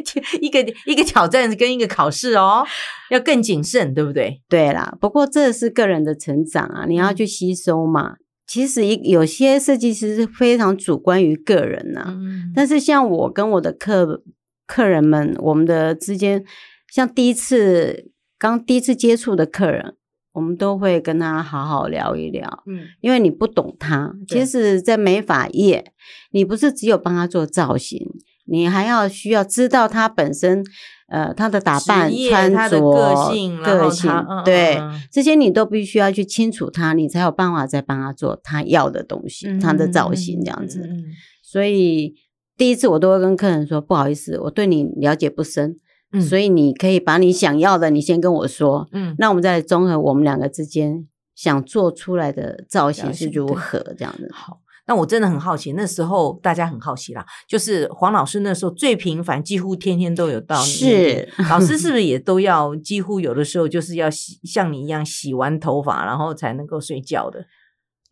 S2: 一个一个挑战跟一个考试哦，要更谨慎，对不对？
S3: 对啦，不过这是个人的成长啊，你要去吸收嘛。其实一有些设计师是非常主观于个人呐、
S2: 嗯
S3: 但是像我跟我的客客人们，我们的之间，像第一次刚第一次接触的客人，我们都会跟他好好聊一聊，
S2: 嗯
S3: 因为你不懂他。
S2: 对
S3: 其实，在美发业，你不是只有帮他做造型，你还要需要知道他本身，呃，他的打扮、
S2: 职业
S3: 穿
S2: 他的
S3: 着、
S2: 个性然后
S3: 个
S2: 他
S3: 性
S2: 嗯嗯
S3: 对
S2: 嗯
S3: 这些你都必须要去清楚他，你才有办法再帮他做他要的东西，他的造型这样子。
S2: 嗯嗯嗯嗯
S3: 所以第一次我都会跟客人说，不好意思，我对你了解不深，
S2: 嗯
S3: 所以你可以把你想要的你先跟我说，
S2: 嗯
S3: 那我们再来综合我们两个之间想做出来的造型
S2: 造
S3: 是
S2: 型
S3: 如
S2: 对
S3: 何这样子。
S2: 好，那我真的很好奇，那时候大家很好奇啦，就是黄老师那时候最频繁，几乎天天都有到你那边。老师 是不是也都要几乎有的时候就是要洗像你一样洗完头发，然后才能够睡觉的？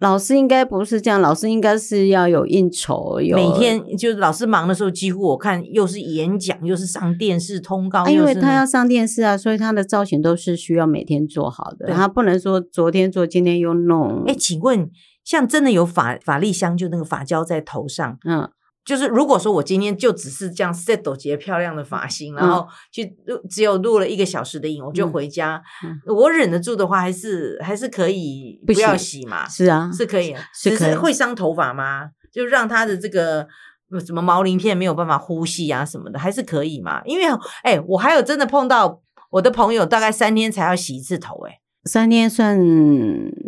S3: 老师应该不是这样，老师应该是要有应酬，有
S2: 每。天就是老师忙的时候，几乎我看又是演讲，又是上电视通告，
S3: 啊、因
S2: 又
S3: 为
S2: 是
S3: 他
S2: 那
S3: 要上电视啊，所以他的造型都是需要每天做好的，
S2: 对
S3: 他不能说昨天做，今天又弄。
S2: 哎、请问像真的有法法力香，就那个发胶在头上，
S3: 嗯，
S2: 就是如果说我今天就只是这样 set 结漂亮的发型，
S3: 嗯
S2: 然后去录只有录了一个小时的影，我就
S3: 嗯
S2: 回家。
S3: 嗯
S2: 我忍得住的话，还是还是可以
S3: 不
S2: 不要
S3: 行
S2: 洗嘛，
S3: 是啊，
S2: 是可以的，
S3: 是
S2: 只
S3: 可以
S2: 是会伤头发吗？就让它的这个。呃什么毛鳞片没有办法呼吸啊什么的，还是可以嘛？因为哎、我还有真的碰到我的朋友，大概三天才要洗一次头、哎，
S3: 三天算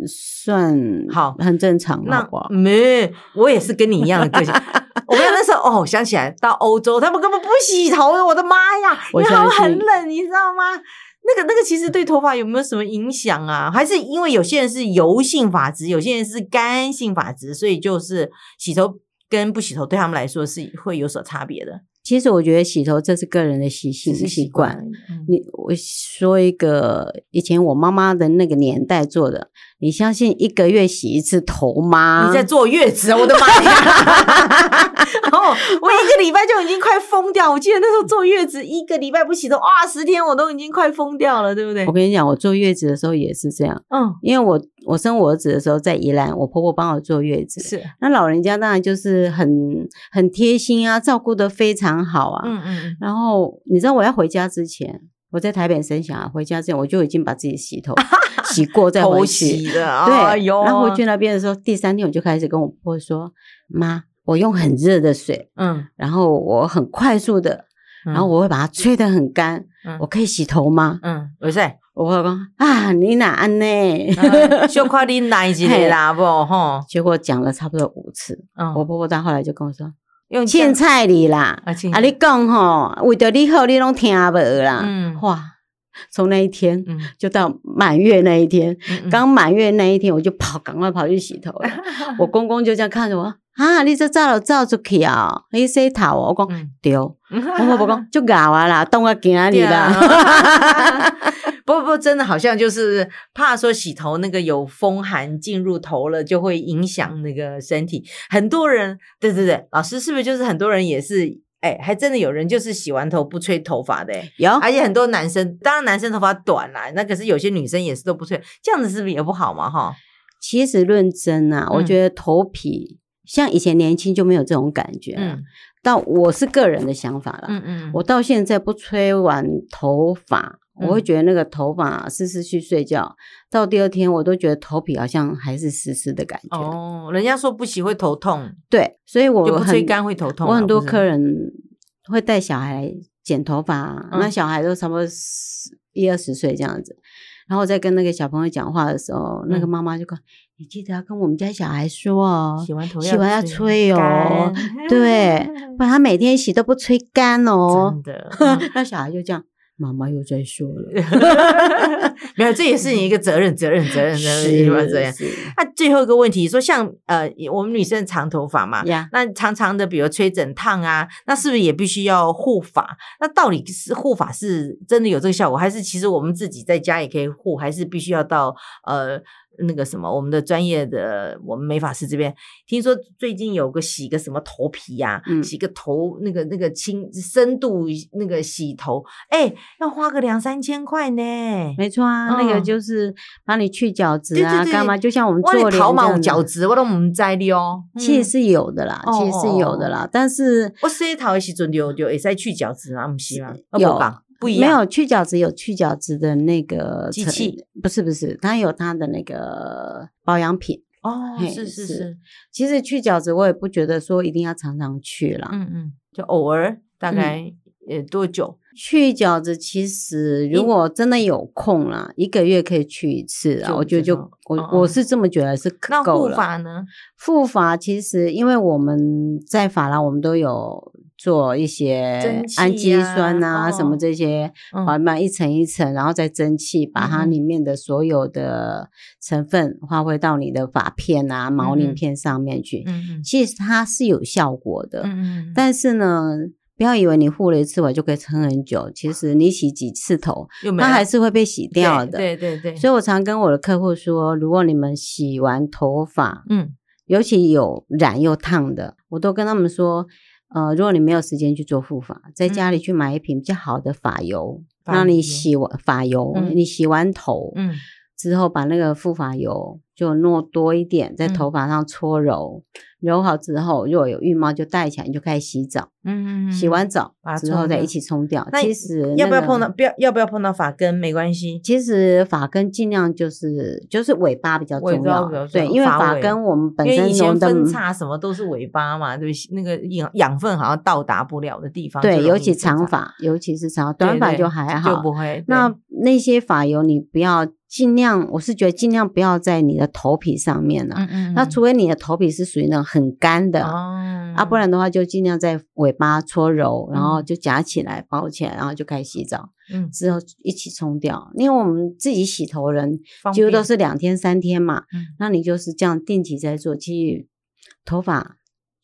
S3: 算
S2: 好
S3: 很正常了，好
S2: 那
S3: 不好？
S2: 没，我也是跟你一样的个性。我跟你讲那时候哦，想起来到欧洲，他们根本不洗头，我的妈呀！因
S3: 我
S2: 为
S3: 相
S2: 他们很
S3: 信
S2: 冷，你知道吗？那个那个其实对头发有没有什么影响啊？还是因为有些人是油性发质，有些人是干性发质，所以就是洗头跟不洗头对他们来说是会有所差别的，
S3: 其实我觉得洗头这是个人的习性
S2: 只是
S3: 习
S2: 习惯
S3: 惯。
S2: 而已。嗯
S3: 你我说一个以前我妈妈的那个年代做的，你相信一个月洗一次头吗？
S2: 你在坐月子， 我的妈呀！哦，我一个礼拜就已经快疯掉。我记得那时候坐月子，一个礼拜不洗头，哇，十天我都已经快疯掉了，对不对
S3: 我？跟你讲，我坐月子的时候也是这样，
S2: 嗯，
S3: 因为我我生我儿子的时候在宜兰，我婆婆帮我坐月子，
S2: 是，
S3: 那老人家当然就是很很贴心啊，照顾的非常好啊。
S2: 嗯嗯，
S3: 然后你知道我要回家之前，我在台北生小孩，回家之前我就已经把自己洗 头洗过再
S2: 偷
S3: 回去。
S2: 袭的，
S3: 对，
S2: 哎呦，
S3: 然后回去那边的时候，第三天我就开始跟我婆婆说：“妈，我用很热的水，
S2: 嗯，
S3: 然后我很快速的，
S2: 然
S3: 然后，我会把它吹得很干，
S2: 嗯
S3: 我可以洗头吗
S2: 嗯，我在，？”
S3: 我老公啊，你哪安呢？嗯
S2: 就快呃你奶一个啦，不吼，
S3: 结果讲了差不多五次，我
S2: 嗯，
S3: 婆婆到后来就跟我说
S2: 用：“
S3: 欠菜你啦，
S2: 啊，
S3: 啊，你讲吼，为着你好，你拢听无啦。
S2: 嗯
S3: 哇，从那一天
S2: 嗯
S3: 就到满月那一天，
S2: 嗯
S3: 刚满月那一天我就跑，赶快跑去洗头 了。我公公就这样看着我，啊，你这照了照出去啊、你洗头哦，我讲
S2: 嗯
S3: 对，我婆婆讲就搞啊啦，冻啊今啊你
S2: 对
S3: 啦
S2: 啊。 不不，真的好像就是怕说洗头那个有风寒进入头了，就会影响那个身体。很多人，对对对，老师是不是就是很多人也是，哎，还真的有人就是洗完头不吹头发的、哎
S3: 有
S2: 而且很多男生，当然男生头发短啦，那可是有些女生也是都不吹，这样子是不是也不好嘛？哈，
S3: 其实论真啊，我
S2: 嗯
S3: 觉得头皮、像以前年轻就没有这种感觉了。
S2: 嗯
S3: 但我是个人的想法啦，
S2: 嗯嗯，
S3: 我到现在不吹完头发，
S2: 嗯
S3: 我会觉得那个头发湿湿去睡觉，到第二天我都觉得头皮好像还是湿湿的感觉。
S2: 哦，人家说不洗会头痛，
S3: 对，所以我
S2: 就不
S3: 很
S2: 吹干会头痛啊。
S3: 我很多
S2: 不是
S3: 客人会带小孩来剪头发啊、
S2: 嗯
S3: 那小孩都差不多十一二十岁这样子。然后在跟那个小朋友讲话的时候，那个
S2: 嗯
S3: 妈妈就说：“你记得要跟我们家小孩说哦，
S2: 洗完头
S3: 洗完要吹哦
S2: 干，
S3: 对，不然他每天洗都不吹干哦
S2: 真。的。
S3: 那小孩就这样，妈妈又在说了，
S2: 没有，这也是你一个责任，责任，责任，责任，
S3: 是
S2: 是吧？责任。
S3: 是
S2: 那最后一个问题，说像呃，我们女生长头发嘛，
S3: 呀。
S2: 那长长的，比如吹整烫啊，那是不是也必须要护发？那到底是护发是真的有这个效果，还是其实我们自己在家也可以护，还是必须要到呃那个什么我们的专业的我们美发师这边？听说最近有个洗个什么头皮呀、
S3: 嗯
S2: 洗个头那个那个清深度那个洗头，哎，要花个两三千块呢。
S3: 没错啊，那个
S2: 嗯
S3: 就是帮你去角质
S2: 对
S3: 啊，
S2: 对对
S3: 干嘛？就像我们
S2: 我
S3: 做脸
S2: 的头
S3: 这
S2: 毛
S3: 样
S2: 角
S3: 子，
S2: 质，我都唔知了哦。嗯哦
S3: 其实是有的啦，其实是有的啦，但是
S2: 我洗头的时阵就就会使去角质啊，不是吗？啊
S3: 有
S2: 不讲不一
S3: 没
S2: 样，
S3: 有去角质有去角质的那个
S2: 机
S3: 成
S2: 器，
S3: 不是不是，它有它的那个保养品。
S2: 哦，
S3: 嘿
S2: 是是
S3: 是
S2: 是，
S3: 其实去角质我也不觉得说一定要常常去啦，
S2: 嗯嗯，就偶尔
S3: 嗯
S2: 大概呃多久？
S3: 去角质其实如果真的有空啦，一个月可以去一次
S2: 嗯
S3: 啊，
S2: 就
S3: 我觉得就
S2: 真的
S3: 我、
S2: 嗯嗯
S3: 我是这么觉得是可
S2: 那
S3: 够
S2: 护
S3: 了。
S2: 发呢？
S3: 护发其实因为我们在法郎，我们都有做一些
S2: 蒸汽
S3: 氨基酸啊
S2: 啊
S3: 什么
S2: 哦
S3: 这些，
S2: 嗯
S3: 缓慢一层一层，然后再蒸汽把它
S2: 嗯嗯
S3: 里面的所有的成分发挥到你的发片啊、毛
S2: 嗯
S3: 鳞
S2: 嗯
S3: 片上面去。
S2: 嗯
S3: 其实它是有效果的，
S2: 嗯嗯，
S3: 但是呢，不要以为你护了一次我就可以撑很久，其实你洗几次头，
S2: 又没
S3: 它
S2: 有
S3: 还是会被洗
S2: 对
S3: 掉的。
S2: 对对对，
S3: 所以我常跟我的客户说，如果你们洗完头发，
S2: 嗯
S3: 尤其有染又烫的，我都跟他们说，呃，如果你没有时间去做护发，在家里去买一瓶比较好的发油，
S2: 嗯发
S3: 让你
S2: 油
S3: 洗完发油，
S2: 嗯
S3: 你洗完头、
S2: 嗯，
S3: 之后，把那个护发油就弄多一点，在
S2: 嗯
S3: 头发上搓揉，揉好之后，如果有浴帽就戴起来，你就开始洗澡，
S2: 嗯嗯，嗯
S3: 洗完澡
S2: 把它
S3: 之后
S2: 冲
S3: 再
S2: 掉
S3: 一起冲掉。
S2: 那
S3: 其实、
S2: 要不要碰到？不要要不要碰到发根没关系，
S3: 其实发根尽量就是就是尾巴比较
S2: 尾
S3: 重
S2: 巴
S3: 要
S2: 比较，重
S3: 对，
S2: 要
S3: 因为
S2: 发
S3: 发
S2: 尾
S3: 根我们本
S2: 因为
S3: 身
S2: 以
S3: 浓
S2: 前
S3: 嗯的
S2: 分叉什么都是尾巴嘛，对不对？那个养养分好像到达不了的地方就容易
S3: 对，
S2: 分叉，
S3: 尤其长发，尤其是长发，短发
S2: 对对
S3: 就还
S2: 就
S3: 好。
S2: 不会。
S3: 那那些发油你不要尽量，我是觉得尽量不要在你的头皮上面了、
S2: 嗯嗯，
S3: 那除非你的头皮是属于那种很干的、
S2: 哦
S3: 啊，不然的话就尽量在尾巴搓揉，然后
S2: 嗯
S3: 就夹起来包起来，然后就开始洗澡，
S2: 嗯
S3: 之后一起冲掉。因为我们自己洗头人
S2: 方
S3: 几乎都
S2: 便
S3: 是两天三天嘛，
S2: 嗯
S3: 那你就是这样定期在做，其实头发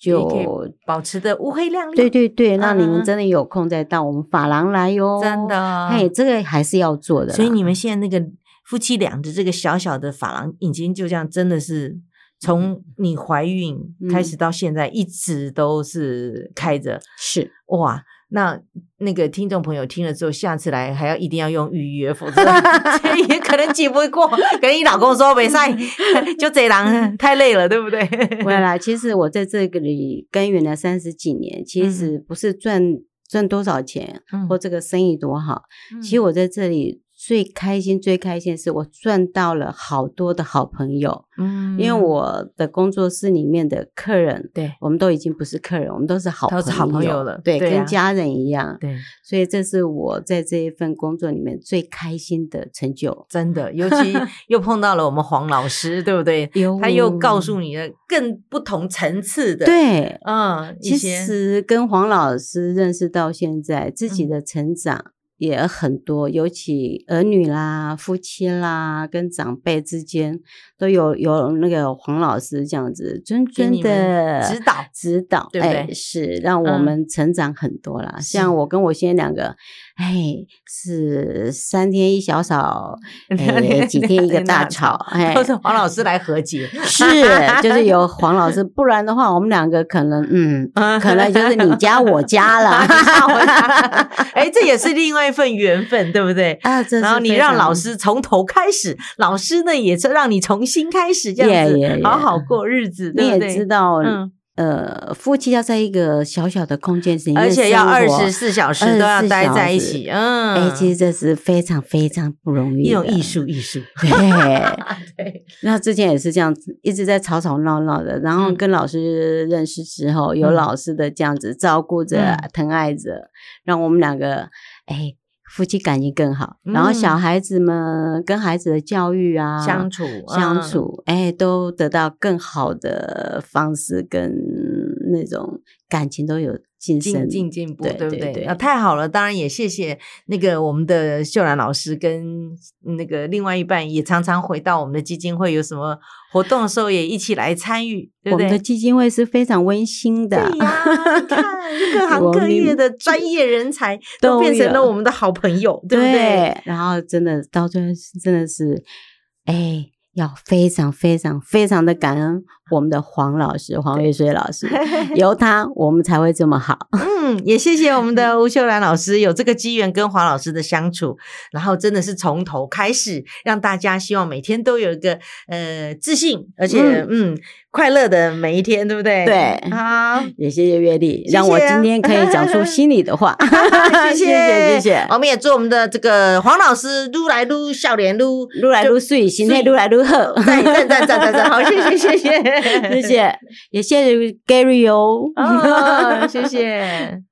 S2: 也可以
S3: 就
S2: 保持的乌黑亮亮，
S3: 对对对，那你
S2: 嗯嗯
S3: 们
S2: 嗯
S3: 真的有空再到我们发廊来哟，
S2: 真。的。啊
S3: 嘿，这个还是要做的啦。
S2: 所以你们现在那个夫妻俩的这个小小的发廊，已经就这样，真的是
S3: 嗯
S2: 从你怀孕开始到现在，一直都是开着，
S3: 是
S2: 哇！那那个听众朋友听了之后，下次来还要一定要用预约，否 则这也可能挤不过。可能你老公说没事，就这人太累了，对不对？
S3: 未 来，其实嗯 我在这个里耕耘了三十几年，其实不是赚赚多少钱
S2: 嗯
S3: 或这个生意多好，其实我在这里。最开心、最开心的是我赚到了好多的好朋友，
S2: 嗯
S3: 因为我的工作室里面的客人，
S2: 对
S3: 我们都已经不是客人，我们都是好
S2: 都是好朋友了
S3: 对，
S2: 对啊
S3: 跟家人一样。
S2: 对。
S3: 所以这是我在这一份工作里面最开心的成就。
S2: 真的，尤 其又碰到了我们黄老师，对不对
S3: 哟？
S2: 他又告诉你了更不同层次的，，
S3: 哦对，
S2: 嗯，一
S3: 其
S2: 些
S3: 实跟黄老师认识到现在，自己
S2: 嗯
S3: 的成长也很多，尤其儿女啦、夫妻啦、跟长辈之间，都有有那个黄老师这样子谆
S2: 给
S3: 谆
S2: 你们
S3: 的
S2: 指 导，
S3: 指导，
S2: 对不对嗯
S3: 哎是让我们成长很多啦。像我跟我先生两个，哎，是三天一小吵， 哎，几天一个大吵，哎
S2: 都，是黄老师来和解，
S3: 是就 是由黄老师，不然的话，我们两个可能嗯，
S2: 嗯
S3: 可能就是你家我家啦。
S2: 哎，这也是另外一份缘分，对不对？
S3: 啊， 这是
S2: 然后你
S3: 非
S2: 让
S3: 常
S2: 老师从头开始，老师呢也是让你重新开始，这样
S3: Yeah, yeah,
S2: 子
S3: yeah
S2: 好好过日子，
S3: 你
S2: 对不
S3: 也知
S2: 对？
S3: 道，
S2: 嗯
S3: 呃，夫妻要在一个小小的空间里面，
S2: 而且要二十。四小时都要
S3: 24
S2: 待在一
S3: 小时
S2: 起，嗯，
S3: 哎、其实这是非常非常不容易，
S2: 一种艺。 术，艺术，
S3: 对，啊
S2: 对，
S3: 那之前也是这样子，一直在吵吵闹闹的。然后
S2: 嗯
S3: 跟老师认识之后，有
S2: 嗯
S3: 老师的这样子照顾着、
S2: 嗯
S3: 疼爱着，让我们两个哎夫妻感情更好。然后
S2: 嗯
S3: 小孩子们跟孩子的教育啊，
S2: 相处
S3: 相
S2: 嗯
S3: 处，哎、都得到更好的方式跟那种感情都有晋
S2: 进
S3: 升。
S2: 进进步，
S3: 对
S2: 对不
S3: 对
S2: 对？
S3: 对
S2: 啊，太好了！当然也谢谢那个我们的秀兰老师跟那个另外一半，也常常回到我们的基金会，有什么活动的时候也一起来参与，对
S3: 我
S2: 不
S3: 们的
S2: 对？
S3: 基金会是非常温馨的，
S2: 对呀、你看各行
S3: 我
S2: 各
S3: 们
S2: 业的专业人才
S3: 都
S2: 都变成
S3: 有
S2: 了我们的好朋友，对
S3: 对
S2: 不对？
S3: 然后真的到最后是真的是，哎、要非常非常非常的感恩我们的黄老师黄月水 老师，有他我们才会这么好。
S2: 嗯，也谢谢我们的吴秀兰老师有这个机缘跟黄老师的相处，然后真的是从头开始，让大家希望每天都有一个呃自信，而且嗯快乐的每一天，对不对？
S3: 对
S2: 好，
S3: 也谢谢月丽，
S2: 谢
S3: 让我
S2: 谢啊。
S3: 今天可以讲出心里的话谢谢谢谢。
S2: 我们也祝我们的这个黄老师撸来撸笑脸撸，
S3: 撸来撸水，心态撸来 撸好。
S2: 赞赞赞赞赞赞，好，谢谢 谢谢
S3: 谢，谢，也谢谢 Gary 哦。
S2: 哦，谢谢。